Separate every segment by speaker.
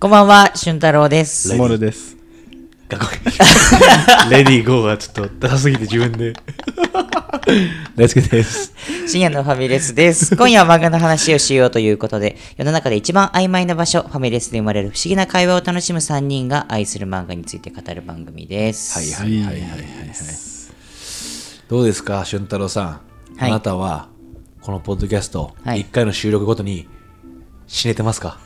Speaker 1: こんばんは、俊太郎です。
Speaker 2: レ
Speaker 3: モルです。
Speaker 2: かっこいいレディーゴーがちょっとダサすぎて自分で。
Speaker 3: 大輔です。
Speaker 1: 深夜のファミレス です。今夜は漫画の話をしようということで、世の中で一番曖昧な場所、ファミレスで生まれる不思議な会話を楽しむ3人が愛する漫画について語る番組です。
Speaker 2: はい
Speaker 3: はいはいはいはいはい。どうですか、俊太郎さん。
Speaker 1: は
Speaker 3: あ
Speaker 1: い
Speaker 3: なたは、このポッドキャスト、
Speaker 1: はい
Speaker 3: 1回の収録ごとに死ねてますか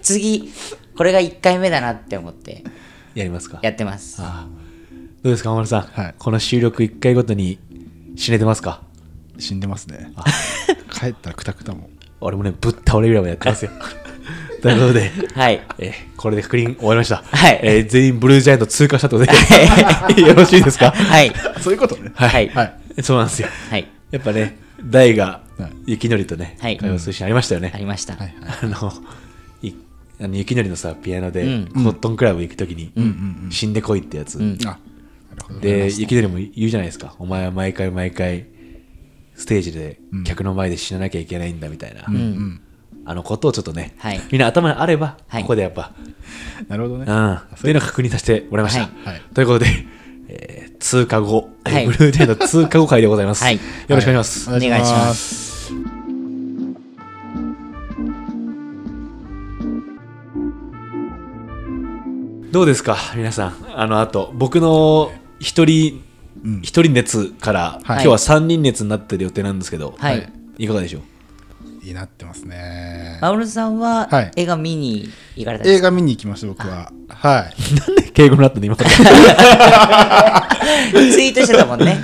Speaker 1: 次、これが1回目だなって思って
Speaker 3: やりますか
Speaker 1: やってます。
Speaker 3: あどうですか、天野さん。
Speaker 2: はい
Speaker 3: この収録1回ごとに死ねてますか
Speaker 2: 死んでますね。
Speaker 4: 帰ったらくたくたもん
Speaker 3: 俺もね、ぶっ倒れぐらいまでやって ますよ。ということで、
Speaker 1: はい。
Speaker 3: えーこれで確認終わりました。
Speaker 1: はい
Speaker 3: えー全員ブルージャイアント通過したってことで、 よろしいですか
Speaker 1: はい。
Speaker 4: そういうことね
Speaker 1: はい。
Speaker 4: は
Speaker 1: はい
Speaker 3: い。そうなんですよ。
Speaker 1: い。
Speaker 3: やっぱね、大が
Speaker 4: はい
Speaker 3: 雪のりとね、
Speaker 1: はい
Speaker 3: 会話するシーンありましたよね。
Speaker 1: ありました。
Speaker 4: はい
Speaker 3: あの、いあの雪のりのさ、ピアノで、
Speaker 1: うん
Speaker 3: コットンクラブ行くときに、死んでこいってやつ。
Speaker 1: ん
Speaker 4: あなるほど
Speaker 3: で、雪のりも言うじゃないですか。お前は毎回毎回、ステージで、客の前で死ななきゃいけないんだみたいな、
Speaker 1: うん。
Speaker 3: あのことをちょっとね、
Speaker 1: はい
Speaker 3: みんな頭にあれば、
Speaker 1: はい
Speaker 3: ここでやっぱ、
Speaker 4: なるほどね
Speaker 3: うん。というのを確認させてもらいました。
Speaker 1: はい
Speaker 4: はい
Speaker 3: ということで、 えー通過後、
Speaker 1: は い
Speaker 3: ブルーデーの通過後会でございます。
Speaker 1: はい
Speaker 3: よろしくお願いします。
Speaker 1: お願いします
Speaker 3: どうですか、皆さん。あの、あと、僕の一人、一人熱から、今日は三人熱になってる予定なんですけど、
Speaker 1: はい。
Speaker 3: いかがでしょう
Speaker 4: いいなってますね
Speaker 1: マウルさん
Speaker 4: は
Speaker 1: はい映画見に行かれたんで
Speaker 4: 映
Speaker 1: すか
Speaker 4: 画見に行きました僕ははい
Speaker 3: なんで敬語になったの今から。
Speaker 1: ツイートしてたもん ね。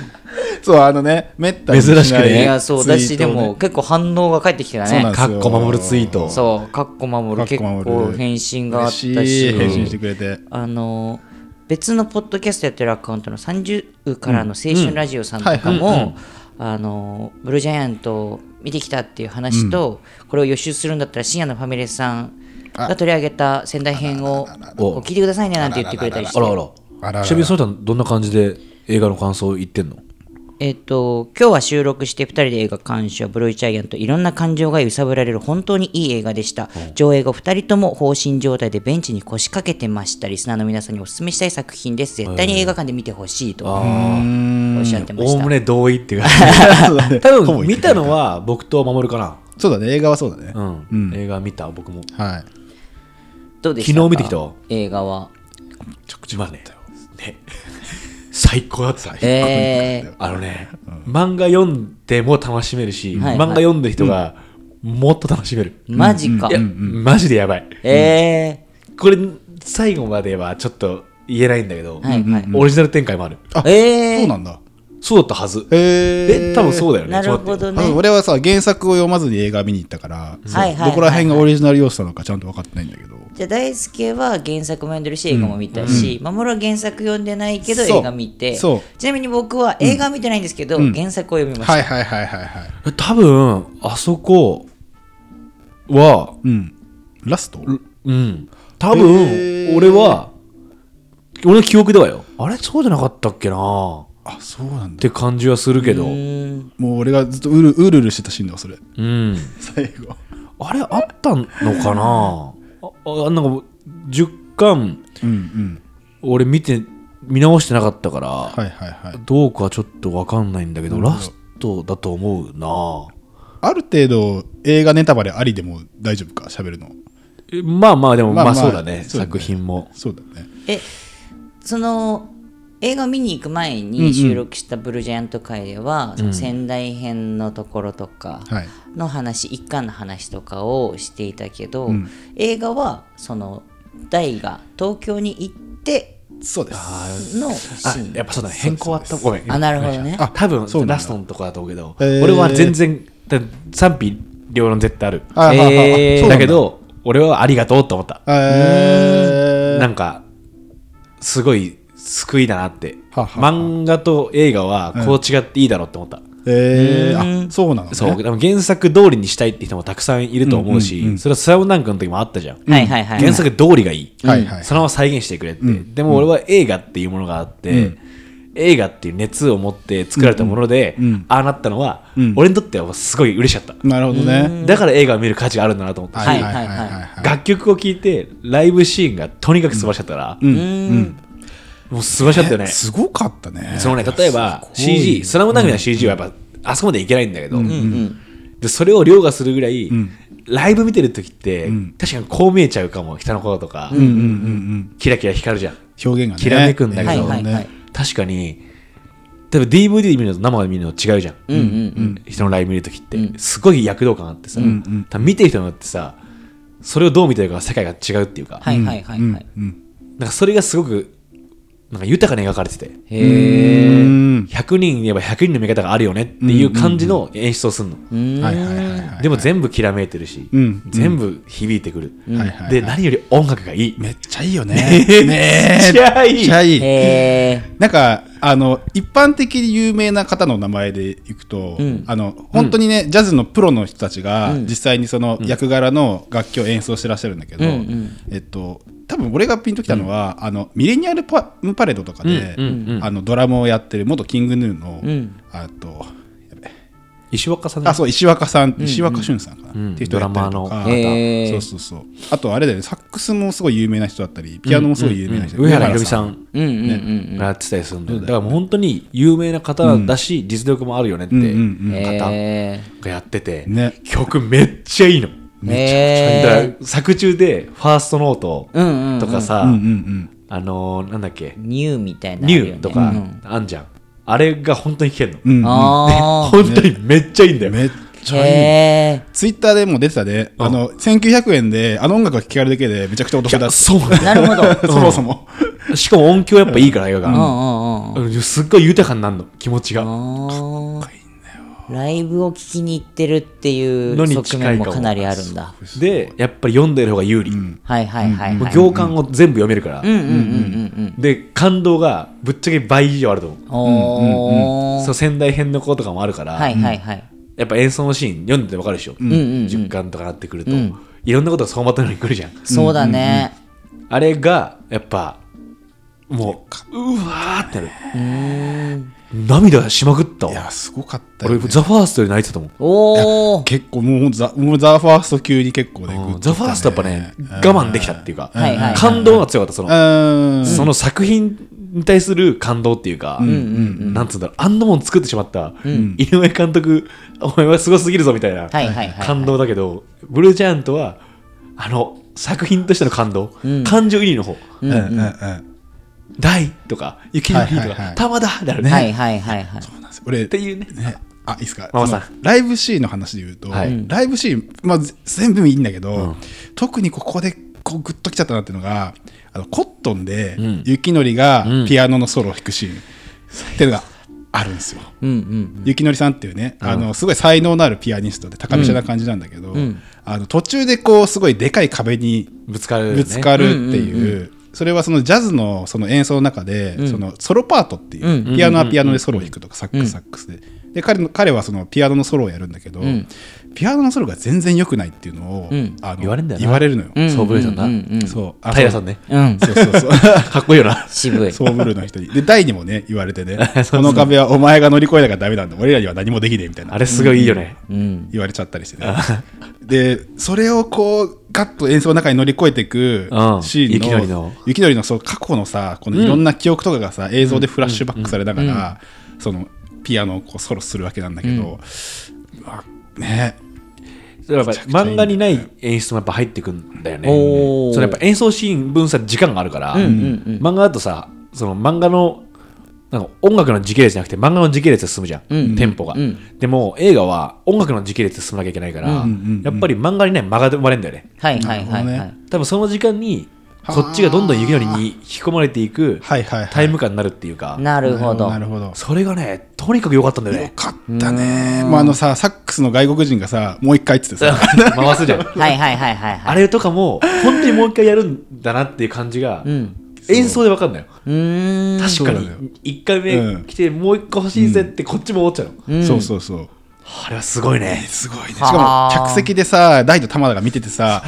Speaker 4: そうあのねめったに
Speaker 3: 珍しく
Speaker 1: い
Speaker 3: ね
Speaker 1: や、そうだし、
Speaker 4: ツイ
Speaker 1: で
Speaker 4: ートをね
Speaker 1: も結構反応が返ってきてた
Speaker 4: そうな
Speaker 1: ね
Speaker 4: んで。
Speaker 3: かっこ守るツイート。
Speaker 1: そう、かっこ守る。
Speaker 4: かっ
Speaker 1: 結
Speaker 4: こ守る
Speaker 1: 構返信があった
Speaker 4: 嬉し
Speaker 1: し
Speaker 4: い。返信してくれて
Speaker 1: あの別のポッドキャストやってるアカウントの30からの青春ラジオさんとか
Speaker 3: うんうんはいはい
Speaker 1: もあのブルージャイアントを見てきたっていう話と、これを予習するんだったら深夜のファミレスさんが取り上げた仙台編を
Speaker 3: お
Speaker 1: 聞いてくださいねなんて言ってくれたりし
Speaker 3: あら
Speaker 1: て
Speaker 3: あら。
Speaker 4: あらあら
Speaker 3: ちなみに、その人はどんな感じで映画の感想を言ってんの
Speaker 1: えっと今日は収録して2人で映画鑑賞ブルージャイアントいろんな感情が揺さぶられる本当にいい映画でした上映後2人とも放心状態でベンチに腰掛けてましたリスナーの皆さんにお勧めしたい作品です絶対に映画館で見てほしいとおっしゃってま
Speaker 3: おお
Speaker 1: した
Speaker 3: むね同意っていうか
Speaker 4: そうだね
Speaker 3: 多
Speaker 4: ほぼ
Speaker 3: 分
Speaker 4: 言
Speaker 3: 見
Speaker 4: ってくれ
Speaker 3: たのは僕と守るかな。
Speaker 4: そうだね映画はそうだね
Speaker 3: うん。映画見た僕も。
Speaker 4: はい
Speaker 1: どうでしたか
Speaker 3: 昨日見てきたわ
Speaker 1: 映画は
Speaker 3: 着地まで。ね。 最高だった。
Speaker 1: えー、
Speaker 3: あのね、漫画読んでも楽しめるし、
Speaker 1: はい
Speaker 3: 漫画読んでる人がもっと楽しめる。
Speaker 1: マジか、
Speaker 3: いや、マジでやばい。
Speaker 1: え
Speaker 3: これ、最後まではちょっと言えないんだけど、
Speaker 1: はいはい
Speaker 3: オリジナル展開もある。
Speaker 4: あ
Speaker 1: えー
Speaker 4: そうなんだ
Speaker 3: そうだったはず。
Speaker 4: え
Speaker 3: え、多分そう
Speaker 4: だ
Speaker 3: だよ
Speaker 1: ー、
Speaker 3: ね。
Speaker 1: なるほど
Speaker 4: あの
Speaker 1: ね
Speaker 4: 俺はさ原作を読まずに映画見に行ったから
Speaker 1: はいはいはいはい
Speaker 4: どこら辺がオリジナル要素なのかちゃんと分かってないんだけど
Speaker 1: じゃあ大輔は原作も読んでるし映画も見たし、守は原作読んでないけど
Speaker 4: そう
Speaker 1: 映画見て
Speaker 4: そう
Speaker 1: ちなみに僕は映画は見てないんですけど、原作を読みました、
Speaker 4: はいはいはいはいはい
Speaker 3: ちょっと待って多分、あそこは、
Speaker 4: うんラスト
Speaker 3: うん。多分、
Speaker 4: へー
Speaker 3: 俺は、俺の記憶ではよ。あれそうじゃなかったっけなっ
Speaker 4: あそうなんだ
Speaker 3: て感じはするけど。
Speaker 1: う
Speaker 3: う
Speaker 1: ーん
Speaker 4: もう俺がずっとうるうるうるしてたシーンだわそれ
Speaker 3: ん。
Speaker 4: 最後
Speaker 3: あれあったのかなああなんか10巻
Speaker 4: うんうん
Speaker 3: 俺見て見直してなかったから、
Speaker 4: はいはいはい
Speaker 3: どうかちょっとわかんないんだけどラストだと思うな
Speaker 4: ある程度映画ネタバレありでも大丈夫か喋るの
Speaker 3: えまあまあでもま
Speaker 4: ま
Speaker 3: あ
Speaker 4: あまあ
Speaker 3: そうだね,、
Speaker 4: そうだね
Speaker 3: 作品も
Speaker 4: そうだね
Speaker 1: えその映画見に行く前に収録したブルージャイアント会では、その仙台編のところとか
Speaker 4: はい
Speaker 1: の話、一巻の話とかをしていたけど、映画はその大が東京に行って
Speaker 4: そうです
Speaker 1: のシ
Speaker 3: あ
Speaker 1: ーン
Speaker 3: やっぱそうだね変更あったごめん
Speaker 1: あなるほどね
Speaker 3: 多分
Speaker 4: そうなんだ
Speaker 3: ラストのとこだと思うけど、
Speaker 4: えー
Speaker 3: 俺は全然だ賛否両論絶対ある
Speaker 4: あ
Speaker 1: えー
Speaker 4: そうな
Speaker 3: だ
Speaker 4: ん
Speaker 3: けど俺はありがとうと思った
Speaker 4: えー
Speaker 3: なんかすごい救いだなって
Speaker 4: ははは
Speaker 3: 漫画と映画はこう違っていいだろうって思った、
Speaker 4: えーあそうなのね
Speaker 3: そうでも原作通りにしたいって人もたくさんいると思うし、それはスラムダンクの時もあったじゃん、
Speaker 1: はいはいはい
Speaker 3: 原作通りがいい、
Speaker 4: はいはい
Speaker 3: そのまま再現してくれって、でも俺は映画っていうものがあって、映画っていう熱を持って作られたもので、
Speaker 4: うんうん
Speaker 3: ああなったのは、
Speaker 4: うん
Speaker 3: 俺にとってはすごい嬉しかった、
Speaker 4: なるほどね。
Speaker 3: だから映画を見る価値があるんだなと思ったし、
Speaker 1: はいはいはい
Speaker 3: 楽曲を聴いてライブシーンがとにかく素晴らしかったから、
Speaker 1: うーん
Speaker 3: もう素晴らしかったよね
Speaker 4: えすごかったね。
Speaker 3: そのね例えば
Speaker 4: すごい
Speaker 3: CG「スラムダンクの CG はやっぱ、あそこまでいけないんだけど、
Speaker 1: うん
Speaker 3: でそれを凌駕するぐらい、
Speaker 4: ん
Speaker 3: ライブ見てる時って、
Speaker 4: ん
Speaker 3: 確かにこう見えちゃうかも北の子とか、
Speaker 4: うんうんうん
Speaker 3: キラキラ光るじゃん
Speaker 4: うん。表現がね。
Speaker 3: きらめくんだけど
Speaker 1: は
Speaker 4: 映
Speaker 1: い
Speaker 4: 像
Speaker 1: は
Speaker 4: の
Speaker 1: い
Speaker 4: ね
Speaker 1: はい
Speaker 3: 確かに例えば DVD で見るのと生で見るの違うじゃん、
Speaker 1: うんうん
Speaker 3: 人のライブ見る時って、
Speaker 1: うん
Speaker 3: すごい躍動感あってさ、
Speaker 4: んうん
Speaker 3: 多分見てる人によってさそれをどう見てるか世界が違うっていうか,、
Speaker 1: はいはいはいはい
Speaker 4: うん
Speaker 3: なんかそれがすごくなんか豊かに描かれてて
Speaker 1: へえ
Speaker 4: うん
Speaker 3: 100人いれば100人の見方があるよねっていう感じの演出をするの、
Speaker 4: はいはいはいはいはい。
Speaker 3: でも全部きらめいてるし、
Speaker 4: うん
Speaker 3: 全部響いてくる、
Speaker 4: はいはいはい
Speaker 3: で何より音楽がいい、
Speaker 4: めっちゃいいよね。ねえ。
Speaker 3: めっちゃいい
Speaker 4: めっちゃいい。
Speaker 1: へえ
Speaker 4: なんかあの一般的に有名な方の名前でいくと、
Speaker 1: ん
Speaker 4: あの本当にね、ジャズのプロの人たちが実際にその役柄の楽器を演奏してらっしゃるんだけど、
Speaker 1: うんうん
Speaker 4: えっと多分俺がピンときたのは、あのミレニアルパムパレードとかで、
Speaker 3: うんうんうん
Speaker 4: あのドラムをやってる元キングヌーの、
Speaker 1: ん
Speaker 4: あと
Speaker 3: 石若さん
Speaker 4: あそう石若さん、石若俊さんかな、
Speaker 3: うん
Speaker 4: っていう人がやったりと
Speaker 3: ドラマ
Speaker 4: か
Speaker 3: の
Speaker 1: へー
Speaker 4: そうそうそうあとあれだよねサックスもすごい有名な人だったりピアノもすごい有名な人、
Speaker 3: 上原ひろみさん
Speaker 1: うんうんうん
Speaker 3: がやってたりするんだよだからもう本当に有名な方だし、実力もあるよねって
Speaker 4: うんうん
Speaker 1: うん
Speaker 3: 方
Speaker 1: へ
Speaker 3: がやってて、
Speaker 4: ね
Speaker 3: 曲めっちゃいいの。
Speaker 1: えめ
Speaker 3: だから作中でファーストノート
Speaker 1: うんうんうん
Speaker 3: とかさ、
Speaker 4: うんうんうん
Speaker 3: あのーなんだっけ、
Speaker 1: ニューみたいな
Speaker 3: ニューとか
Speaker 1: うん
Speaker 3: あんじゃん。あれが本当に聴けるの。
Speaker 4: うんうん
Speaker 1: あ
Speaker 3: 本当にめっちゃいいんだよ。
Speaker 4: めっち
Speaker 1: あ
Speaker 4: ゃいい、
Speaker 1: へえ
Speaker 4: ツイッターでも出てたで、あの1900円であの音楽が聴かれるだけでめちゃくちゃお得だっ
Speaker 3: あ
Speaker 4: て
Speaker 3: そうなんだ
Speaker 1: なるほ ど
Speaker 4: そもそも、
Speaker 3: しかも音響やっぱいいから映画
Speaker 1: うんう
Speaker 3: が、
Speaker 1: んうん
Speaker 3: うんすっごい豊かになるの気持ちが
Speaker 1: ああライブを聞きに行ってるっていう
Speaker 3: のに近
Speaker 1: 側
Speaker 3: いかも
Speaker 1: 面もかなりあるんだ
Speaker 3: でやっぱり読んでる方が有利、
Speaker 1: はいはいはい
Speaker 3: もう
Speaker 1: はい
Speaker 3: 行間を全部読めるから、
Speaker 1: うんうんうん
Speaker 3: で感動がぶっちゃけ倍以上あると思
Speaker 1: うんうんお
Speaker 3: う
Speaker 1: お
Speaker 3: そう仙台編の子とかもあるから、
Speaker 1: はいはいはい
Speaker 3: やっぱ演奏のシーン読んでてわかるでしょ、
Speaker 1: うんうん
Speaker 3: 10巻とかなってくると、いろんなことが相馬とのに来るじゃん
Speaker 1: そうだね
Speaker 3: あれがやっぱもううわーってなる涙しまくった
Speaker 4: い
Speaker 3: わ
Speaker 4: やすごかったよ、
Speaker 3: 俺
Speaker 4: ね、
Speaker 3: ザ・ファーストより泣いてたもん
Speaker 1: おお
Speaker 4: 結構もうザもうザ・ファースト級に結構ねグッと
Speaker 3: ザ・
Speaker 4: きた
Speaker 3: ファーストやっぱね我慢できたっていうか
Speaker 1: はいはいはい
Speaker 3: 感動が強かったその
Speaker 4: うん
Speaker 3: その作品に対する感動っていうか、なんつうんだろう、あんなもん作ってしまった、井上監督、お前はすごすぎるぞみたいな
Speaker 1: はいはいはいはい
Speaker 3: 感動だけど、ブルージャイアントは、あの、作品としての感動、感情移入の方、
Speaker 4: うんうんうんうん
Speaker 3: 大とか、雪の日
Speaker 4: はい
Speaker 3: と
Speaker 4: はいは
Speaker 3: か、
Speaker 4: い
Speaker 3: 玉だってあるね、
Speaker 1: はいはいはいはい
Speaker 4: 俺
Speaker 3: っていうね。
Speaker 4: ねあいいですか
Speaker 3: ママさん
Speaker 4: そのライブシーンの話で言うと、
Speaker 3: はい
Speaker 4: ライブシーン、まあ、ぜ全部いいんだけど、特にここでこうグッときちゃったなっていうのがあのコットンで
Speaker 3: ん
Speaker 4: 雪きのりが
Speaker 3: うん
Speaker 4: ピアノのソロを弾くシーン、っていうのがあるんですよ。
Speaker 1: うんうん
Speaker 4: ゆきのりさんっていうね、あのすごい才能のあるピアニストで高飛車な感じなんだけど、あの途中でこうすごいでかい壁に
Speaker 3: ぶつかる、ね。
Speaker 4: ぶつかるっていう、それはそのジャズのその演奏の中で、そのソロパートっていう、
Speaker 1: うん
Speaker 4: ピアノはピアノでソロを弾くとか、サックスサックスでで彼の彼はそのピアノのソロをやるんだけど、
Speaker 1: ん
Speaker 4: ピアノのソロが全然良くないっていうのを、
Speaker 1: ん
Speaker 4: あの
Speaker 3: 言われんだよな
Speaker 4: 言われるのよ。
Speaker 1: うん
Speaker 3: ソーブレーションな
Speaker 1: うんうん
Speaker 4: そうあ
Speaker 3: 平さんね。
Speaker 1: うんうん
Speaker 4: そうそうそう
Speaker 3: かっこいいよな。
Speaker 1: 渋い
Speaker 4: ソーブルーの人に。で、第にもね、言われ てね、この壁はお前が乗り越えなきゃダメなんだ、俺らには何もできねえみたいな
Speaker 3: あ。れすごいいいよね。
Speaker 1: うん
Speaker 4: 言われちゃったりしてねでそれをこうガッと演奏の中に乗り越えていく
Speaker 3: うん
Speaker 4: シーンの、
Speaker 3: 雪のりの
Speaker 4: 雪のりのそう過去のさこのいろんな記憶とかがさ、映像でフラッシュバックされながら、そのピアノをこうソロするわけなんだけど、うわね
Speaker 3: それはやっぱ漫画にない演出もやっぱ入ってくんだよね
Speaker 1: おー。
Speaker 3: それやっぱ演奏シーン分さ時間があるから、漫画だとさその漫画のなんか音楽の時系列じゃなくて漫画の時系列で進むじゃん、テンポが、でも映画は音楽の時系列で進まなきゃいけないから、やっぱり漫画にない間が生まれるんだよね
Speaker 1: はいはいはいは
Speaker 4: ないるほど
Speaker 3: 多分その時間にこっちがどんどん雪のりに引き込まれていく
Speaker 4: はいはいはい
Speaker 3: タイム感になるっていうか、
Speaker 1: なるほど
Speaker 4: なるほど
Speaker 3: それがねとにかく良かったんだよ
Speaker 4: よ
Speaker 3: ね
Speaker 4: かったねもうあのさサックスの外国人がさもう一回っつって さ
Speaker 3: 回すじゃん
Speaker 1: はいはいはいはいはい
Speaker 3: あれとかも本当にもう一回やるんだなっていう感じが、
Speaker 1: ん
Speaker 3: 演奏で分かんないよ
Speaker 1: うーん
Speaker 3: 確か
Speaker 4: そうなのよ
Speaker 3: に1回
Speaker 4: う
Speaker 3: 目
Speaker 4: ん
Speaker 3: 来てもう1個欲しいぜってこっちも思っちゃうの、
Speaker 4: そうそうそう
Speaker 3: あれはすごいね
Speaker 4: すごいねし
Speaker 1: はあ
Speaker 4: かも客席でさ大と玉田が見ててさ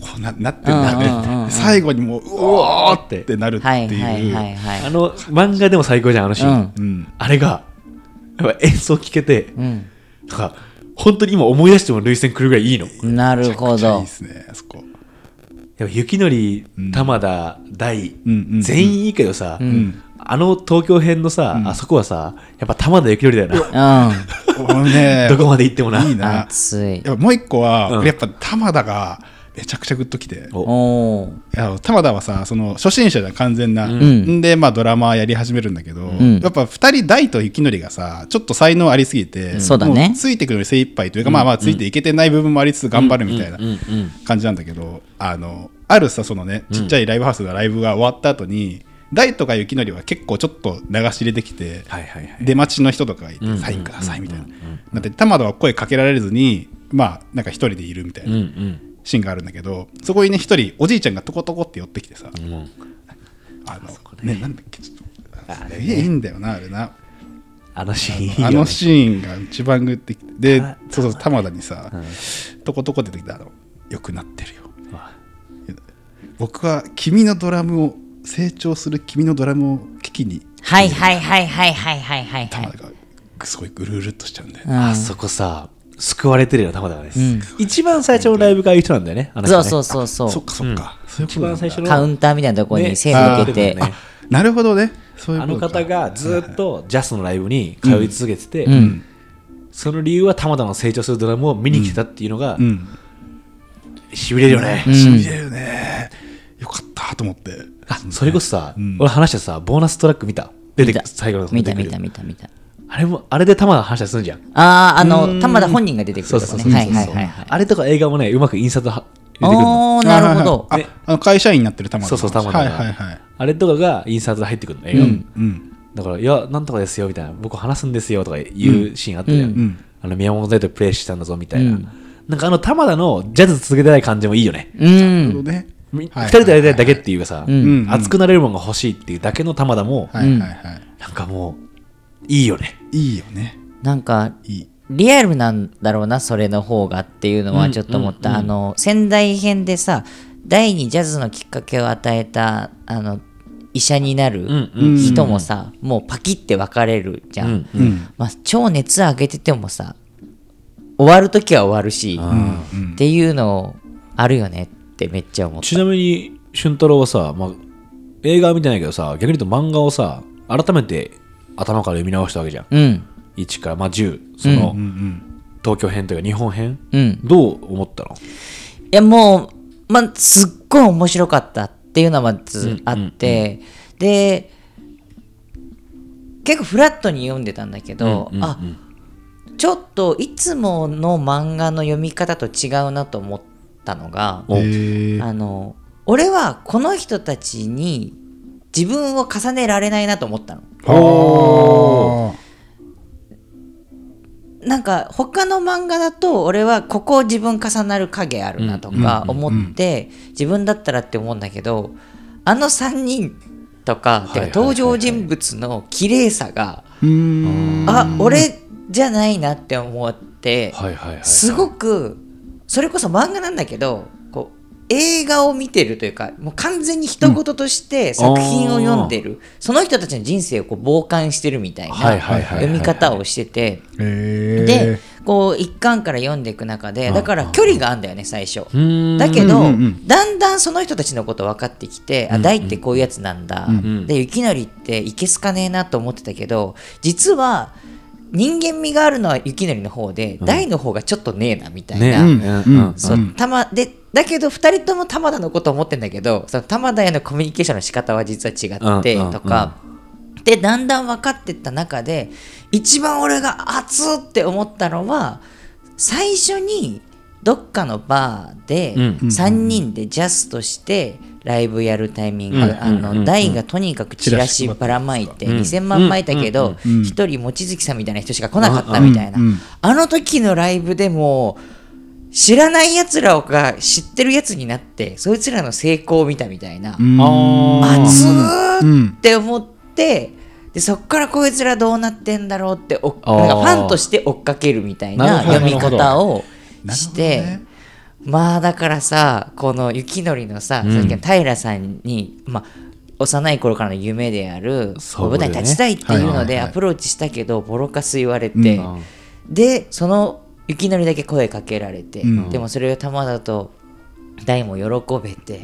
Speaker 4: こうななってんだね、
Speaker 1: うんうんうんうん
Speaker 4: 最後にもううおーってなるって、
Speaker 1: はいはいいうはいはい
Speaker 3: あの漫画でも最高じゃんあのシーン、
Speaker 1: うん
Speaker 4: うん
Speaker 3: あれがやっぱ演奏聴けて、
Speaker 1: うん
Speaker 3: なんか本当に今思い出しても涙腺くるぐらいいいの
Speaker 1: なるほ
Speaker 4: めちゃくちゃいい
Speaker 1: ど
Speaker 4: ですねあそこ
Speaker 3: やっぱ雪典玉田大、
Speaker 4: うんうん
Speaker 3: 全員いいけどさ、あの東京編のさ、あそこはさやっぱ玉田雪典だよな、
Speaker 1: う
Speaker 4: もう ね
Speaker 3: どこまで行ってもない
Speaker 4: い
Speaker 1: ん
Speaker 4: な
Speaker 1: 熱い
Speaker 4: いやもう一個は、
Speaker 3: うん
Speaker 4: やっぱ玉田がめちゃくちゃグッときて
Speaker 3: お
Speaker 1: おお
Speaker 4: いや玉田はさその初心者じゃん完全な、
Speaker 1: ん
Speaker 4: でまあドラマやり始めるんだけど、
Speaker 1: ん
Speaker 4: やっぱ2人大と雪典がさちょっと才能ありすぎて、
Speaker 1: そうだね
Speaker 4: もついてくるのに精一杯というか、まあまあついていけてない部分もありつつ頑張るみたいな感じなんだけど、あのあるさそのねちっちゃいライブハウスのライブが終わった後に、大とか雪典は結構ちょっと流し入れてきて、
Speaker 3: はいはいはい
Speaker 4: 出待ちの人とかがいて、サインくださいみたいな。なんで玉田は声かけられずにまあなんか一人でいるみたい
Speaker 3: う
Speaker 4: な。
Speaker 3: んうん
Speaker 4: シーンがあるんだけどそこにね一人おじいちゃんがトコトコって寄ってきてさ、
Speaker 3: ん
Speaker 4: あのねなんだっけちょっとあれいいんだよなあれな
Speaker 3: あのシーンいいよね
Speaker 4: あのシーンが一番グッてきてでそうそう玉田にさ、トコトコって出てきたあのよくなってるよ僕は君のドラムを成長する君のドラムを聞きに
Speaker 1: はいはいはいはいはいはいはいは
Speaker 4: 玉
Speaker 1: い
Speaker 4: 田がすごいぐるぐるっとしちゃうんだよね、
Speaker 3: あそこさ救われてるよな玉田がね、一番最初のライブがいい人なんだよねあの人
Speaker 1: そ
Speaker 3: ね
Speaker 1: うそうそうそう
Speaker 4: そっかそっか、そういうこ
Speaker 3: 一
Speaker 4: となん
Speaker 3: 番
Speaker 4: だ
Speaker 3: 最初の
Speaker 1: カウンターみたいなところに背
Speaker 4: あー
Speaker 1: 向けて、
Speaker 3: ね
Speaker 4: なるほどねそういう
Speaker 3: あの
Speaker 4: ことか
Speaker 3: 方がずっとジャスのライブに通い続けてて、その理由は玉田の成長するドラムを見に来てたっていうのが、
Speaker 4: ん
Speaker 3: しびれるよね、
Speaker 4: しびれるね、よかったと思って
Speaker 3: あそれこそさ、俺話したさボーナストラック見た出て
Speaker 1: 見
Speaker 3: く
Speaker 1: た
Speaker 3: る最後の
Speaker 1: 見た
Speaker 3: 出て
Speaker 1: 見
Speaker 3: く
Speaker 1: た
Speaker 3: る
Speaker 1: 見た見た
Speaker 3: あれもあれで玉田の話はするじゃん
Speaker 1: あああの玉田本人が出てく
Speaker 3: そう
Speaker 1: る
Speaker 3: そ
Speaker 1: と
Speaker 3: う
Speaker 1: か
Speaker 3: そう
Speaker 1: ね
Speaker 3: そ
Speaker 1: は
Speaker 3: う
Speaker 1: いはいはいはい
Speaker 3: あれとか映画もねうまくインサートは入れてくるの
Speaker 1: おーなるほど
Speaker 4: あ
Speaker 3: ね
Speaker 4: あの会社員になってる玉田
Speaker 3: そうそう玉田
Speaker 4: は
Speaker 3: が、
Speaker 4: いはいはい
Speaker 3: あれとかがインサートで入ってくるの映画、
Speaker 4: うん
Speaker 3: だから「いやなんとかですよ」みたいな「僕話すんですよ」とかいうシーンあったじゃん、あの宮本大とプレイしてたんだぞみたいな、なんかあの玉田のジャズ続けてない感じもいいよね
Speaker 1: うん
Speaker 4: なるほどね
Speaker 3: み二、
Speaker 4: はい
Speaker 3: 人でやりたいだけっていうかさ、
Speaker 4: ん
Speaker 3: 熱くなれるものが欲しいっていうだけの玉田も、
Speaker 4: はいはいは
Speaker 3: なんかもういいよね
Speaker 4: いいいよね
Speaker 1: なんか
Speaker 4: いい
Speaker 1: リアルなんだろうなそれの方がっていうのはちょっと思った、あの仙台編でさ第にジャズのきっかけを与えたあの医者になる
Speaker 3: ん
Speaker 1: 人もさ、もうパキって分かれるじゃん、
Speaker 3: うん
Speaker 4: うん
Speaker 1: まあ、超熱上げててもさ終わる時は終わるし、っていうのあるよねってめっちゃ思った
Speaker 3: ちなみに俊太郎はさ、まあ、映画は見てないけどさ逆に言うと漫画をさ改めて頭から読み直したわけじゃん
Speaker 1: うん
Speaker 3: 1から、まあ、10その、東京編というか日本編、
Speaker 1: うん
Speaker 3: どう思ったの
Speaker 1: いやもう、まあ、すっごい面白かったっていうのはまずあって、で結構フラットに読んでたんだけど、あちょっといつもの漫画の読み方と違うなと思ったのが、
Speaker 3: お
Speaker 4: え
Speaker 1: あの俺はこの人たちに自分を重ねられないなと思ったの。
Speaker 4: ー、お
Speaker 1: なんか他の漫画だと俺はここ自分重なる影あるなとか思って自分だったらって思うんだけどあの3人とかてか
Speaker 3: はいはいはいはい
Speaker 1: 登場人物の綺麗さが
Speaker 4: うーん
Speaker 1: あ俺じゃないなって思って
Speaker 3: はいはいはい
Speaker 1: すごくそれこそ漫画なんだけどこう映画を見てるというかもう完全に人事として作品を読んでるその人たちの人生をこう傍観してるみたいな
Speaker 3: はいはいはいはい
Speaker 1: 読み方をしてて。
Speaker 4: えー、
Speaker 1: でこう一巻から読んでいく中でだから距離があるんだよね最初。
Speaker 3: うーん
Speaker 1: だけど、
Speaker 4: うんうんうん
Speaker 1: だんだんその人たちのこと分かってきて、あ大ってこういうやつなんだ、で雪のりっていけすかねえなと思ってたけど実は人間味があるのは雪のりの方で、大の方がちょっとねえなみたいな。
Speaker 3: ねうんうん
Speaker 1: そうたまでだけど2人とも玉田のことを思ってんだけどその玉田へのコミュニケーションの仕方は実は違って
Speaker 3: うんうんうん
Speaker 1: とか、でだんだん分かってった中で一番俺が熱っって思ったのは最初にどっかのバーで
Speaker 3: うん
Speaker 1: 3人でジャスとしてライブやるタイミング、あの大がとにかくチラシばらまいて2000万巻いたけど1人望月さんみたいな人しか来なかったみたいなあの時のライブでも知らないやつらが知ってるやつになってそいつらの成功を見たみたいな、
Speaker 3: あ
Speaker 1: 熱
Speaker 3: ー
Speaker 1: ーって思って、でそっからこいつらどうなってんだろうってお
Speaker 3: あー
Speaker 1: なんかファンとして追っかけるみたい
Speaker 3: な
Speaker 1: な
Speaker 3: るほど
Speaker 1: 読み
Speaker 3: なる
Speaker 1: 方をして、まあだからさこの雪のりのさ、さっきの平さんに、まあ、幼い頃からの夢である、
Speaker 3: そう
Speaker 1: 舞台に立ちたいっていう
Speaker 4: はいは
Speaker 1: の
Speaker 4: いはい
Speaker 1: でアプローチしたけど、ボロカス言われて、
Speaker 3: うん
Speaker 1: でその雪のりだけ声かけられて、
Speaker 4: うん
Speaker 1: でもそれを玉田と大も喜べて、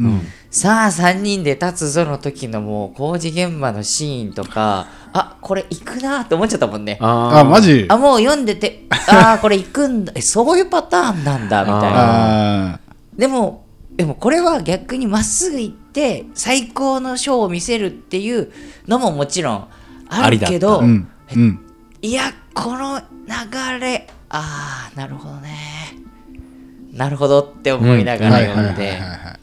Speaker 1: さあ3人で立つぞの時のもう工事現場のシーンとかあこれ行くなって思っちゃったもんね。
Speaker 3: あ
Speaker 4: あ、マジ
Speaker 1: あもう読んでてああこれ行くんだえそういうパターンなんだみたいな
Speaker 4: あ
Speaker 1: でもでもこれは逆にまっすぐ行って最高のショーを見せるっていうのももちろんあるけど、
Speaker 4: あ。うん。うん。
Speaker 1: いやこの流れああなるほどねなるほどって思いながら読んで
Speaker 4: はい。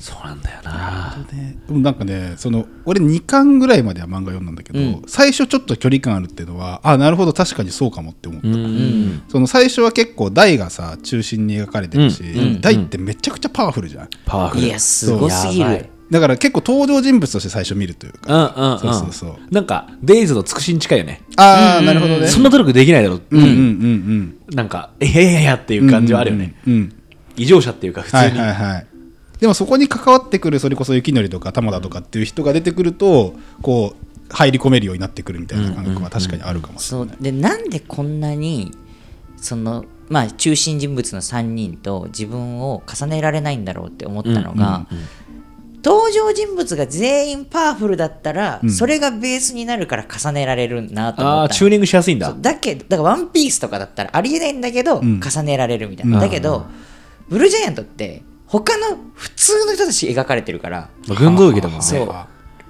Speaker 3: そうなんだよな
Speaker 4: ねでもなんかねその俺2巻ぐらいまでは漫画読んだんだけど、
Speaker 1: うん
Speaker 4: 最初ちょっと距離感あるっていうのはあなるほど確かにそうかもって思った、
Speaker 3: うん
Speaker 4: その最初は結構大がさ中心に描かれてるし、
Speaker 1: うん
Speaker 4: 大ってめちゃくちゃパワフルじゃん
Speaker 3: パワフル
Speaker 1: いやすごすぎ
Speaker 3: やばい
Speaker 1: る
Speaker 4: だから結構登場人物として最初見るという
Speaker 3: う
Speaker 4: か、
Speaker 3: んうんうん
Speaker 4: そうそうそう
Speaker 3: なんかデイズのつくしに近いよね
Speaker 4: ああ、なるほどね
Speaker 3: そんな努力できないだろう、
Speaker 4: うんうんうん
Speaker 3: なんかいやいやいやっていう感じはあるよね、
Speaker 4: うん、うん
Speaker 3: 異常者っていうか普通に、
Speaker 4: はいはいはいでもそこに関わってくるそれこそ雪のりとか玉田とかっていう人が出てくるとこう入り込めるようになってくるみたいな感覚は確かにあるかもしれ
Speaker 1: そうでなんでこんなにそのまあ中心人物の3人と自分を重ねられないんだろうって思ったのが、登場人物が全員パワフルだったら、それがベースになるから重ねられるなと
Speaker 3: あ
Speaker 1: 思
Speaker 3: あ
Speaker 1: ったの
Speaker 3: チューニングしやすいんだ
Speaker 1: だけどだから「ワンピースとかだったらありえないんだけど、重ねられるみたいな、だけどブルージャイアントって他の普通の人たち描かれてるから
Speaker 3: まあ群像劇だもんね
Speaker 1: そう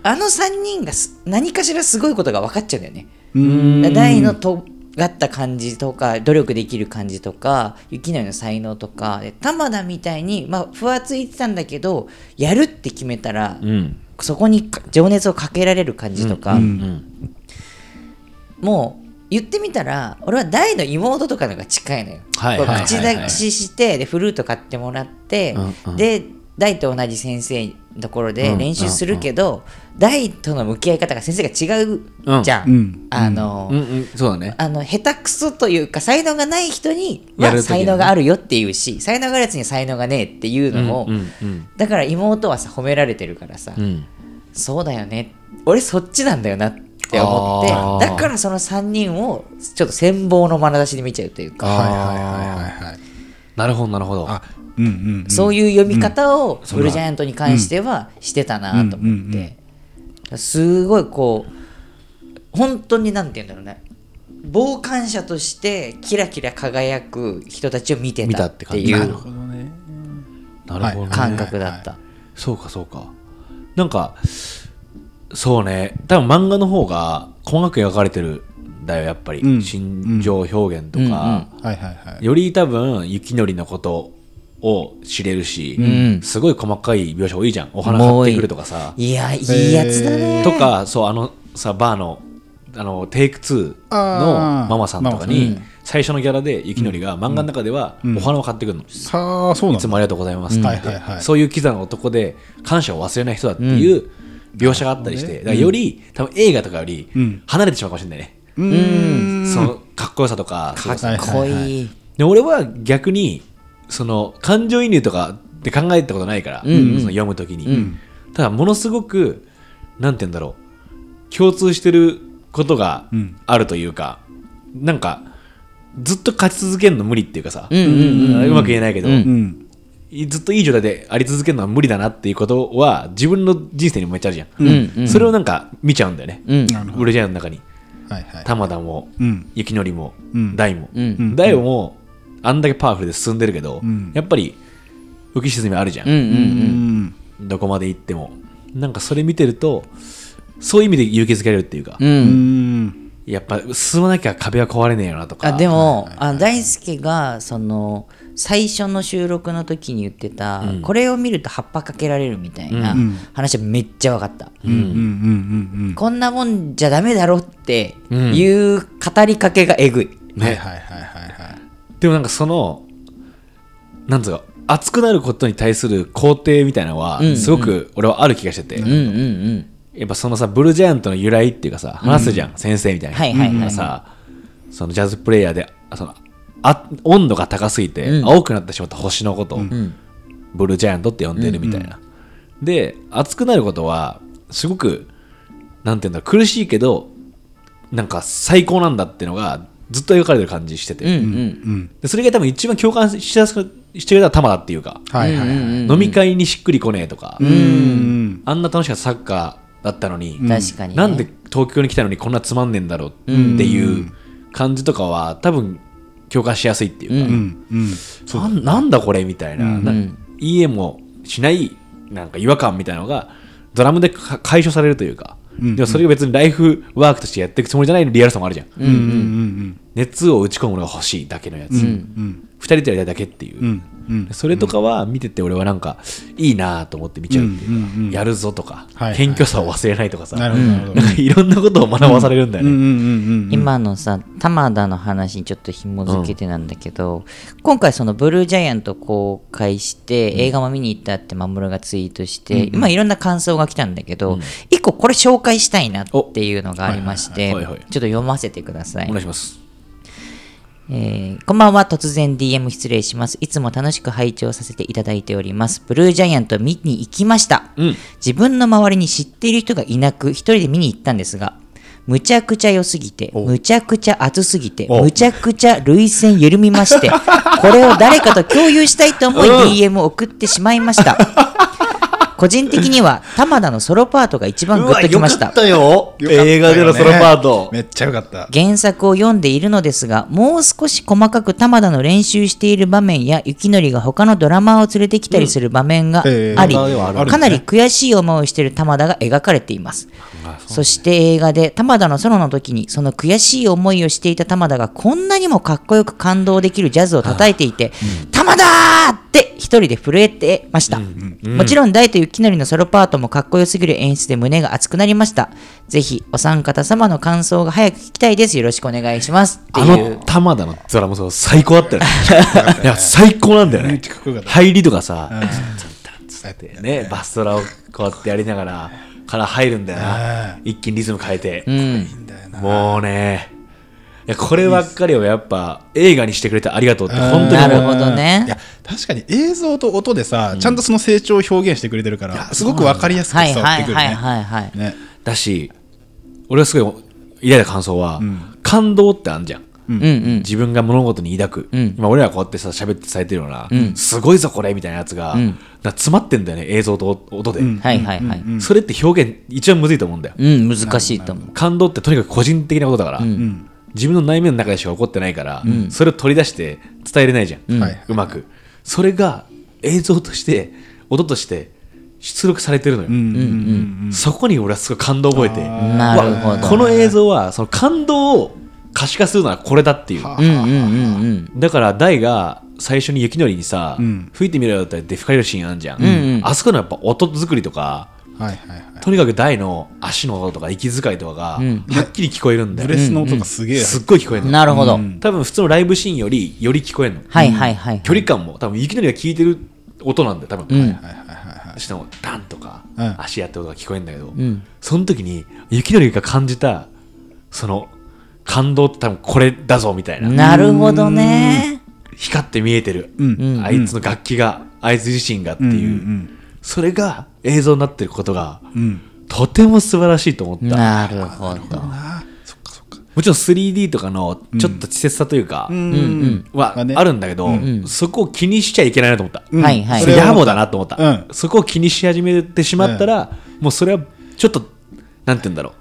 Speaker 1: あの3人がす何かしらすごいことが分かっちゃうんだよね。
Speaker 4: な
Speaker 1: だ
Speaker 4: い
Speaker 1: から大のとがった感じとか努力できる感じとか雪乃の才能とかで玉田みたいに、まあ、ふわついてたんだけどやるって決めたら、
Speaker 3: うん
Speaker 1: そこにか情熱をかけられる感じとか、
Speaker 3: うん
Speaker 1: もう言ってみたら俺は大の妹とかのが近いのよ、
Speaker 3: はいはいはいはい
Speaker 1: こう口出ししてでフルート買ってもらって、
Speaker 3: うんうん
Speaker 1: で大と同じ先生のところで練習するけど、大との向き合い方が先生が違うじゃん、
Speaker 4: うんうん
Speaker 1: あの、
Speaker 3: うんうんそうだね
Speaker 1: あの下手くそというか才能がない人に
Speaker 3: や
Speaker 1: は
Speaker 3: る時にね
Speaker 1: 才能があるよっていうし才能があるやつには才能がねえっていうのを、
Speaker 3: うんうん
Speaker 1: だから妹はさ褒められてるからさ、
Speaker 3: うんうん
Speaker 1: そうだよね俺そっちなんだよなって思って
Speaker 3: あー
Speaker 1: だからその3人をちょっと羨望の眼差しで見ちゃうというか
Speaker 4: はいはいはいはいはい
Speaker 3: なるほどなるほど
Speaker 4: あうんうん
Speaker 1: そういう読み方を
Speaker 3: そ
Speaker 1: ブ
Speaker 3: れは
Speaker 1: ルージャイアントに関してはしてたなと思っ
Speaker 4: うんうん
Speaker 1: てすごいこう本当に何て言うんだろうね傍観者としてキラキラ輝く人たちを見て
Speaker 3: 見たっ
Speaker 1: たってて
Speaker 3: 感じ
Speaker 1: い
Speaker 3: な
Speaker 1: う
Speaker 3: るほ
Speaker 4: どね
Speaker 3: なるほどね、
Speaker 1: 感覚だった。
Speaker 3: そうかそうかなんかそうね多分漫画の方が細かく描かれてるんだよやっぱり、
Speaker 4: うん
Speaker 3: 心情表現とか、
Speaker 4: はいはいはい
Speaker 3: より多分雪のりのことを知れるし、
Speaker 1: ん
Speaker 3: すごい細かい描写多いじゃんお花買ってくるとかさ
Speaker 1: いやいいやつだね。
Speaker 3: とかそうあのさバーのあのテイク2の
Speaker 4: あー
Speaker 3: ママさんとか
Speaker 1: ママ
Speaker 3: に
Speaker 1: さん
Speaker 3: 最初のギャラで雪のりが漫画の中ではお花を買ってくるの、
Speaker 4: さあそうない
Speaker 3: つ
Speaker 4: の
Speaker 3: もありがとうございますって言って、
Speaker 4: はいはいはい
Speaker 3: そういうキザの男で感謝を忘れない人だっていう描写があったりして、だからより、多分映画とかより
Speaker 4: ん
Speaker 3: 離れてしまうかもしれないね、
Speaker 4: うーん
Speaker 3: そのかっこよさとかそう
Speaker 1: かっこ
Speaker 4: はいはい
Speaker 1: いい。
Speaker 3: で俺は逆にその感情移入とかって考えたことないから、その読むときに、ただものすごくなんて言うんだろう共通してることがあるというか、なんかずっと勝ち続けるの無理っていうかさ、うまく言えないけど、
Speaker 4: うん
Speaker 3: ずっといい状態であり続けるのは無理だなっていうことは自分の人生にもめっちゃあるじゃん、それをなんか見ちゃうんだよね、
Speaker 1: うん
Speaker 4: なるほど
Speaker 3: ブルージャイアントの中に
Speaker 4: はいはい
Speaker 3: 玉田も、
Speaker 4: うん
Speaker 3: 雪のりも、
Speaker 4: うん
Speaker 3: 大も、
Speaker 1: ん
Speaker 3: 大もあんだけパワフルで進んでるけど、やっぱり浮き沈みあるじゃん、
Speaker 1: うんうん。
Speaker 4: うん
Speaker 3: どこまで行ってもなんかそれ見てるとそういう意味で勇気づけられるっていうか、
Speaker 1: うん
Speaker 4: うん
Speaker 3: やっぱ進まなきゃ壁は壊れねえよなとか
Speaker 1: あでも、あ大輔がその最初の収録の時に言ってた、これを見ると葉っぱかけられるみたいな話はめっちゃ分かった、
Speaker 4: うんうんうん
Speaker 1: こんなもんじゃダメだろっていう語りかけがえぐい、
Speaker 4: うんはいはいはいはいはい
Speaker 3: でもなんかそのなんつうか熱くなることに対する肯定みたいなのはすごく俺はある気がしてて、
Speaker 1: うん、うんうん
Speaker 3: やっぱそのさブルージャイアントの由来っていうかさ話すじゃん、先生みたいな、
Speaker 1: はいはいはい
Speaker 3: なんかさそのジャズプレイヤーであそのあ温度が高すぎて、
Speaker 1: うん
Speaker 3: 青くなってしまった星のことを、
Speaker 1: ん
Speaker 3: ブルージャイアントって呼んでるみたいな、で熱くなることはすごくなんていうんだろう苦しいけどなんか最高なんだってのがずっと描かれてる感じしてて、
Speaker 1: うんうん
Speaker 3: でそれが多分一番共感しやすくしてくれた玉田っていうか、
Speaker 4: はいはいはい。
Speaker 3: 飲み会にしっくりこねえとか、
Speaker 4: うん。
Speaker 3: あんな楽しかったサッカーだったのに、
Speaker 1: 確かにね
Speaker 3: なんで東京に来たのにこんなつまんねえんだろうっていう感じとかは多分共感しやすいっていう
Speaker 4: う
Speaker 3: か、
Speaker 4: ん。う
Speaker 3: な
Speaker 4: ん。
Speaker 3: んなんだこれみたいな,、いい絵もしないなんか違和感みたいなのがドラムでか解消されるというか、でもそれが別にライフワークとしてやっていくつもりじゃないリアルさもあるじゃん、
Speaker 4: うん。うん。
Speaker 3: 熱を打ち込むのが欲しいだけのやつ、二
Speaker 4: うん。
Speaker 3: 人でやりたいだけっていう、
Speaker 4: うん。うん。
Speaker 3: それとかは見てて俺はなんかいいなと思って見ちゃうっていうか、
Speaker 4: うんうんうん
Speaker 3: やるぞとか、
Speaker 4: はい
Speaker 3: 謙虚さを忘れないとかさ、
Speaker 4: なるほどなるほど。
Speaker 3: なんかいろんなことを学ばされるんだよ
Speaker 4: う
Speaker 3: ね。
Speaker 4: んうんうんうん。
Speaker 1: 今のさ玉田の話にちょっと紐づけてなんだけど、今回そのブルージャイアント公開して映画も見に行ったって守がツイートして、今いろんな感想が来たんだけど、一個これ紹介したいなっていうのがありましてち
Speaker 3: おは
Speaker 1: ょ
Speaker 3: い
Speaker 1: っ
Speaker 3: はいはいはいはい
Speaker 1: と読ませてください
Speaker 3: お願いします。
Speaker 1: えーこんばんは、突然 DM 失礼します。いつも楽しく拝聴させていただいております。ブルージャイアント見に行きました。
Speaker 3: うん
Speaker 1: 自分の周りに知っている人がいなく、一人で見に行ったんですが、むちゃくちゃ良すぎて、むちゃくちゃ熱すぎて、むちゃくちゃ涙腺緩みま して、これを誰かと共有したいと思い DM を送ってしまいました。個人的には、玉田のソロパートが一番グッときました。
Speaker 3: よ
Speaker 4: よかったよね
Speaker 3: 映画でのソロパート。
Speaker 4: めっちゃよかった。
Speaker 1: 原作を読んでいるのですがもう少し細かく玉田の練習している場面や雪のりが他のドラマーを連れてきたりする場面があり
Speaker 4: ええ、ドラマではあるんですね
Speaker 1: かなり悔しい思いをしている玉田が描かれていますそして映画で玉田のソロの時にその悔しい思いをしていた玉田がこんなにもかっこよく感動できるジャズを叩いていて「玉田!」って一人で震えてました、もちろん大と雪のりのソロパートもかっこよすぎる演出で胸が熱くなりましたぜひお三方様の感想が早く聞きたいですよろしくお願いしますって
Speaker 3: あ
Speaker 1: い
Speaker 3: の
Speaker 1: う
Speaker 3: 玉田のドラムソロ最高だ ったよね。いや、最高なんだよ
Speaker 4: めっ
Speaker 3: ね
Speaker 4: ちゃ。かっこよかった。
Speaker 3: 入りとかさ、
Speaker 4: 伝えて。
Speaker 3: ね、バスドラをこうやってやりながら、から入るんだよな
Speaker 4: う。
Speaker 3: 一気にリズム変えて。
Speaker 1: うん
Speaker 3: もうね、いやこればっかりをやっぱ映画にしてくれてありがとうって、本当に
Speaker 1: なる
Speaker 3: 思う。
Speaker 1: ほど
Speaker 4: い
Speaker 1: ね
Speaker 4: や確かに映像と音でさ、ちゃんとその成長を表現してくれてるからすごく分かりやすく
Speaker 1: はい
Speaker 4: 伝わっ
Speaker 1: は
Speaker 4: て
Speaker 1: い
Speaker 4: くる
Speaker 1: はい
Speaker 4: ね。
Speaker 1: はいはい
Speaker 4: ね
Speaker 3: だし、俺はすごい嫌な感想は、感動ってあんじゃん。
Speaker 1: うんうん
Speaker 3: 自分が物事に抱く、
Speaker 1: ん
Speaker 3: 今俺らこうやってさ喋って伝えてるような、すごいぞこれみたいなやつが、なんか詰まってんだよね映像と音で、
Speaker 1: はいはいはい
Speaker 3: それって表現一番むずいと思うんだよ、
Speaker 1: うん難しいと思う
Speaker 3: 感動ってとにかく個人的なことだから、自分の内面の中でしか起こってないから、それを取り出して伝えれないじゃん、う
Speaker 4: はいう
Speaker 3: まくそれが映像として音として出力されてるのよ、そこに俺はすごい感動を覚えて
Speaker 1: なるほ
Speaker 3: うわ
Speaker 1: ど
Speaker 3: この映像はその感動を可視化するのはこれだっていう、
Speaker 1: うんうんうんうん
Speaker 3: だから大が最初に雪のりにさ、
Speaker 4: ん
Speaker 3: 吹いてみろよってデフカリるシーンあんじゃん、
Speaker 1: んうん
Speaker 3: あそこのやっぱ音作りとか
Speaker 4: はいはいはい。
Speaker 3: とにかく大の足の音とか息遣いとかがはっきり聞こえるんだ
Speaker 4: ブ
Speaker 3: よ、
Speaker 4: レスの音がすげえ。
Speaker 3: すっごい聞こえるの
Speaker 1: なるほど、
Speaker 3: 多分普通のライブシーンよりより聞こえるの、
Speaker 1: はいはいはい
Speaker 3: 距離感も多分雪のりが聞いてる音なんだよ多分、
Speaker 1: うん
Speaker 4: はいはいはいはい。
Speaker 3: しかもダンとか、
Speaker 4: うん
Speaker 3: 足やって音が聞こえるんだけど、
Speaker 1: ん
Speaker 3: その時に雪のりが感じたその感動って多分これだぞみたいな
Speaker 1: なるほどね
Speaker 3: 光って見えてる、
Speaker 4: ん
Speaker 3: あいつの楽器が、あいつ自身がっていう、それが映像になってることが、とても素晴らしいと思った
Speaker 1: なるほど
Speaker 4: あーそっかそっか。
Speaker 3: もちろん 3D とかのちょっと稚拙さというか、は
Speaker 4: まあね
Speaker 3: あるんだけど、そこを気にしちゃいけないなと思った、
Speaker 4: ん
Speaker 1: はいはい
Speaker 3: それ野暮だなと思った、
Speaker 4: うん
Speaker 3: そこを気にし始めてしまったら、もうそれはちょっとなんて言うんだろう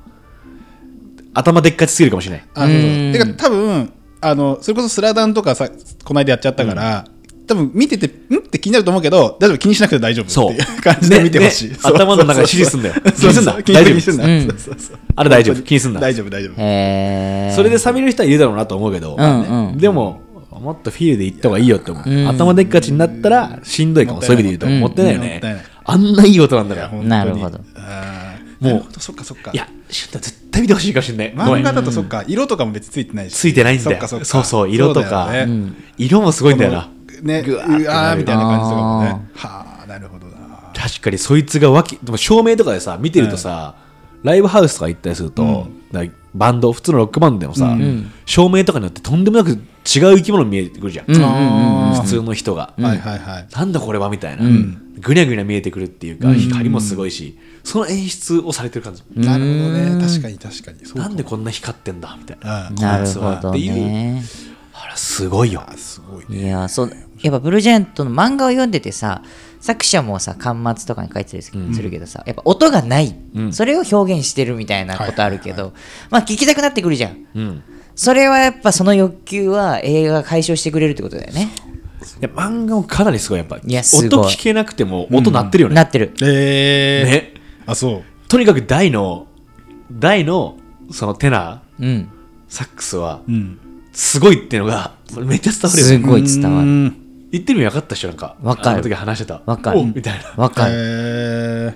Speaker 3: 頭でっかちすぎるかもしれない
Speaker 4: あそうそうてか多分あのそれこそスラダンとかさこの間やっちゃったから、多分見ててんって気になると思うけど大丈夫気にしなくて大丈夫
Speaker 3: そ
Speaker 4: っ
Speaker 3: う
Speaker 4: ていう感じで見てほしい、
Speaker 3: ねね
Speaker 4: そう
Speaker 3: 頭の中で指示すんだよ
Speaker 4: そうそう
Speaker 3: 気にすんな
Speaker 4: 気にすんな
Speaker 1: 大丈夫
Speaker 4: そうそうそう
Speaker 3: あれ大丈夫気にすんな
Speaker 4: 大丈夫大丈夫
Speaker 1: へえ
Speaker 3: それで寂れる人はいるだろうなと思うけど、
Speaker 1: んうん
Speaker 3: でももっとフィールで行った方がいいよって思う、頭でっかちになったらしんどいかも、
Speaker 4: うん
Speaker 3: そういう意味で言うと、
Speaker 4: うん
Speaker 3: もったいないよね
Speaker 4: も、ったいない
Speaker 3: あんないい音なんだからいや
Speaker 4: 本当に
Speaker 1: なるほど
Speaker 4: あー
Speaker 3: もう
Speaker 4: なるほどそっかそっか
Speaker 3: しゅんた絶対見てほしいかもしれないごめ
Speaker 4: 漫
Speaker 3: ん
Speaker 4: 画だとそっか色とかも別についてないし
Speaker 3: ついてないんだ
Speaker 4: そっ
Speaker 3: よ
Speaker 4: かそっか
Speaker 3: そうそう色とか
Speaker 4: そうだよね
Speaker 3: 色もすごいんだよな
Speaker 4: ね
Speaker 3: ぐ
Speaker 4: う
Speaker 3: わ
Speaker 4: わ
Speaker 3: ーってなる
Speaker 4: ーみたいな感じとかもねはあなるほどな
Speaker 3: 確かにそいつがわきでも照明とかでさ見てるとさ、ライブハウスとか行ったりすると、なんかバンド普通のロックバンドでもさ、照明とかによってとんでもなく違う生き物見えてくるじゃん、普通の人が、
Speaker 4: はいはいはい。
Speaker 3: なんだこれはみたいな、ぐにゃぐにゃ見えてくるっていうか、光もすごいしその演出をされてる感じ、
Speaker 4: なるほどね。確かに確かに。そうか
Speaker 3: なんでこんな光ってんだみたいな、
Speaker 4: うん
Speaker 1: なるほどね。
Speaker 3: あらすごいよ
Speaker 4: あすごいね。
Speaker 1: いやーそうやっぱブルージャイアントの漫画を読んでてさ作者もさ巻末とかに書いてたりするけどさ、やっぱ音がない、それを表現してるみたいなことあるけど、まあ聞きたくなってくるじゃん、それはやっぱその欲求は映画が解消してくれるってことだよね
Speaker 3: いや漫画もかなりすごいやっぱ
Speaker 1: いやすごい
Speaker 3: 音聞けなくても音鳴ってるよね、
Speaker 1: なってる
Speaker 4: えー、
Speaker 3: ね
Speaker 4: あ、そう。
Speaker 3: とにかく大の大のそのテナー
Speaker 1: うん
Speaker 3: サックスは
Speaker 4: うん。
Speaker 3: すごいっていうのがめっちゃ伝わるよ
Speaker 1: す
Speaker 3: ね
Speaker 1: ごい伝わる
Speaker 4: る。
Speaker 3: 言ってる意味分かった人なんか
Speaker 1: わかる
Speaker 3: あの時話してた
Speaker 1: わかる
Speaker 3: おみたいな
Speaker 1: わかる、
Speaker 4: えー、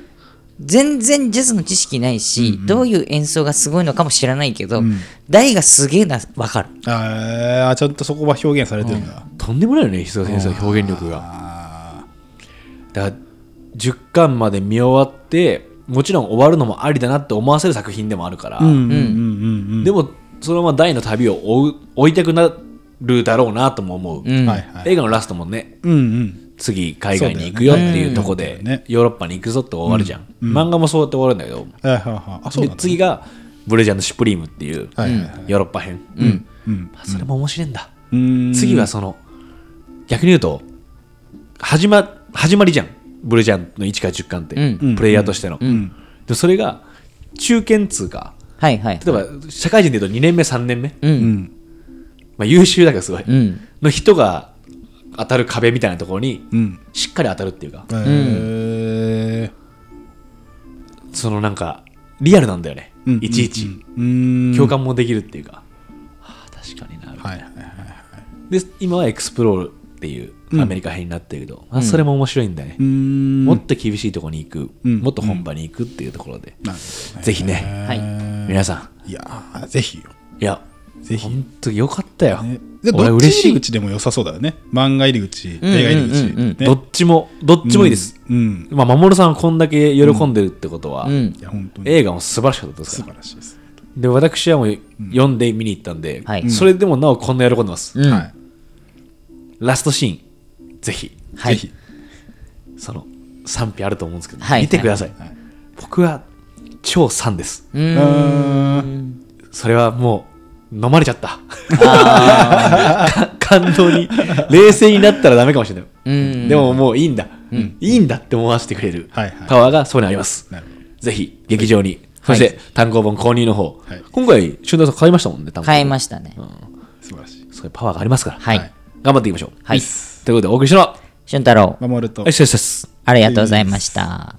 Speaker 1: 全然ジャズの知識ないし、どういう演奏がすごいのかも知らないけど、大がすげえなわかる
Speaker 4: あーあ、ちゃんとそこは表現されてるんだ。
Speaker 3: とんでもないよね石田先生の表現力が
Speaker 4: あ
Speaker 3: だから10巻まで見終わってもちろん終わるのもありだなって思わせる作品でもあるから、
Speaker 4: あ。うんうんうん
Speaker 3: でもそのまま大の旅を追う追いたくなるだろうなとも思う、
Speaker 4: うん。はいはい。
Speaker 3: 映画のラストもね
Speaker 4: うんうん。
Speaker 3: 次海外に行くよっていうとこ
Speaker 4: そ
Speaker 3: で
Speaker 4: うだよね
Speaker 3: ヨーロッパに行くぞって終わるじゃん、漫画もそうやって終わるんだけど
Speaker 4: はいはいはい。あ、そう
Speaker 3: で
Speaker 4: なんだ。
Speaker 3: 次がブレジャーの「シュプリーム」っていう
Speaker 4: はいはいはい
Speaker 3: ヨーロッパ編、
Speaker 4: うん。
Speaker 3: まあそれも面白いんだ、
Speaker 4: うん
Speaker 3: 次はその逆に言うと始ま始まりじゃんブレジャーの1から10巻って、プレイヤーとしての、でそれが中堅通過
Speaker 1: はいはい
Speaker 3: 例えば社会人で言うと2年目3年目、
Speaker 4: うん。
Speaker 3: まあ、優秀だからすごい、
Speaker 1: うん
Speaker 3: の人が当たる壁みたいなところに
Speaker 4: うん。
Speaker 3: しっかり当たるっていうか、
Speaker 4: えー
Speaker 3: そのなんかリアルなんだよね、
Speaker 4: うん
Speaker 3: いちいち、
Speaker 4: うん。
Speaker 3: 共感もできるっていうか、はあ確かにな、
Speaker 4: はいはいはい。
Speaker 3: で今はエクスプロールっていうアメリカ編になってるけど、まあ、それも面白いんだね、
Speaker 4: うん。
Speaker 3: もっと厳しいところに行く、
Speaker 4: ん
Speaker 3: もっと本場に行くっていうところで、
Speaker 4: なるほどね
Speaker 3: ぜひね、
Speaker 1: はい
Speaker 3: 皆さ
Speaker 4: いやー、ぜひよ。
Speaker 3: んいや
Speaker 4: ぜひ
Speaker 3: 本当よかったよ、
Speaker 4: ねで
Speaker 3: 俺
Speaker 4: どっち
Speaker 3: 嬉し
Speaker 4: 入り
Speaker 3: い
Speaker 4: 口でも良さそうだよね。漫画入り口、映画入り口。
Speaker 1: うんうんうんうん
Speaker 4: ね
Speaker 3: どっちもどっちもいいです、
Speaker 4: うん。
Speaker 3: まあ、守さんはこんだけ喜んでるってことは、
Speaker 1: うん
Speaker 4: いや、本当に
Speaker 3: 映画も素晴らしかったです
Speaker 4: 素
Speaker 3: から
Speaker 4: 晴らしいです。
Speaker 3: で私はもう読んで見に行ったんで、
Speaker 1: はい
Speaker 3: それでもなおこんな喜んでます、
Speaker 1: うん
Speaker 4: は
Speaker 3: ラストシーンぜひ
Speaker 4: い。
Speaker 1: は
Speaker 4: ぜ
Speaker 1: い
Speaker 4: ひ。
Speaker 3: その賛否あると思うんですけど、
Speaker 1: はい
Speaker 3: 見てください、
Speaker 4: はいはい
Speaker 3: 僕は超賛です
Speaker 1: うーん
Speaker 4: うん。
Speaker 3: それはもう飲まれちゃった か感動に冷静になったらダメかもしれない、
Speaker 1: うん
Speaker 3: でももういいんだ、いいんだって思わせてくれる
Speaker 4: はいはい
Speaker 3: パワーがそこにあります、
Speaker 4: なるほ
Speaker 3: ぜひ劇場に、そして単行本購入の方、
Speaker 4: はい
Speaker 3: 今回俊太郎さん買いましたもんね単行本
Speaker 1: 変えましたね
Speaker 4: ど素晴らしい。
Speaker 3: そういうパワーがありますから、
Speaker 1: はい
Speaker 3: 頑張っていきましょう
Speaker 1: はい
Speaker 3: ということでお送りしたのは
Speaker 1: 俊太郎
Speaker 4: 守ると。
Speaker 3: よしよしよし
Speaker 1: ありがとうございました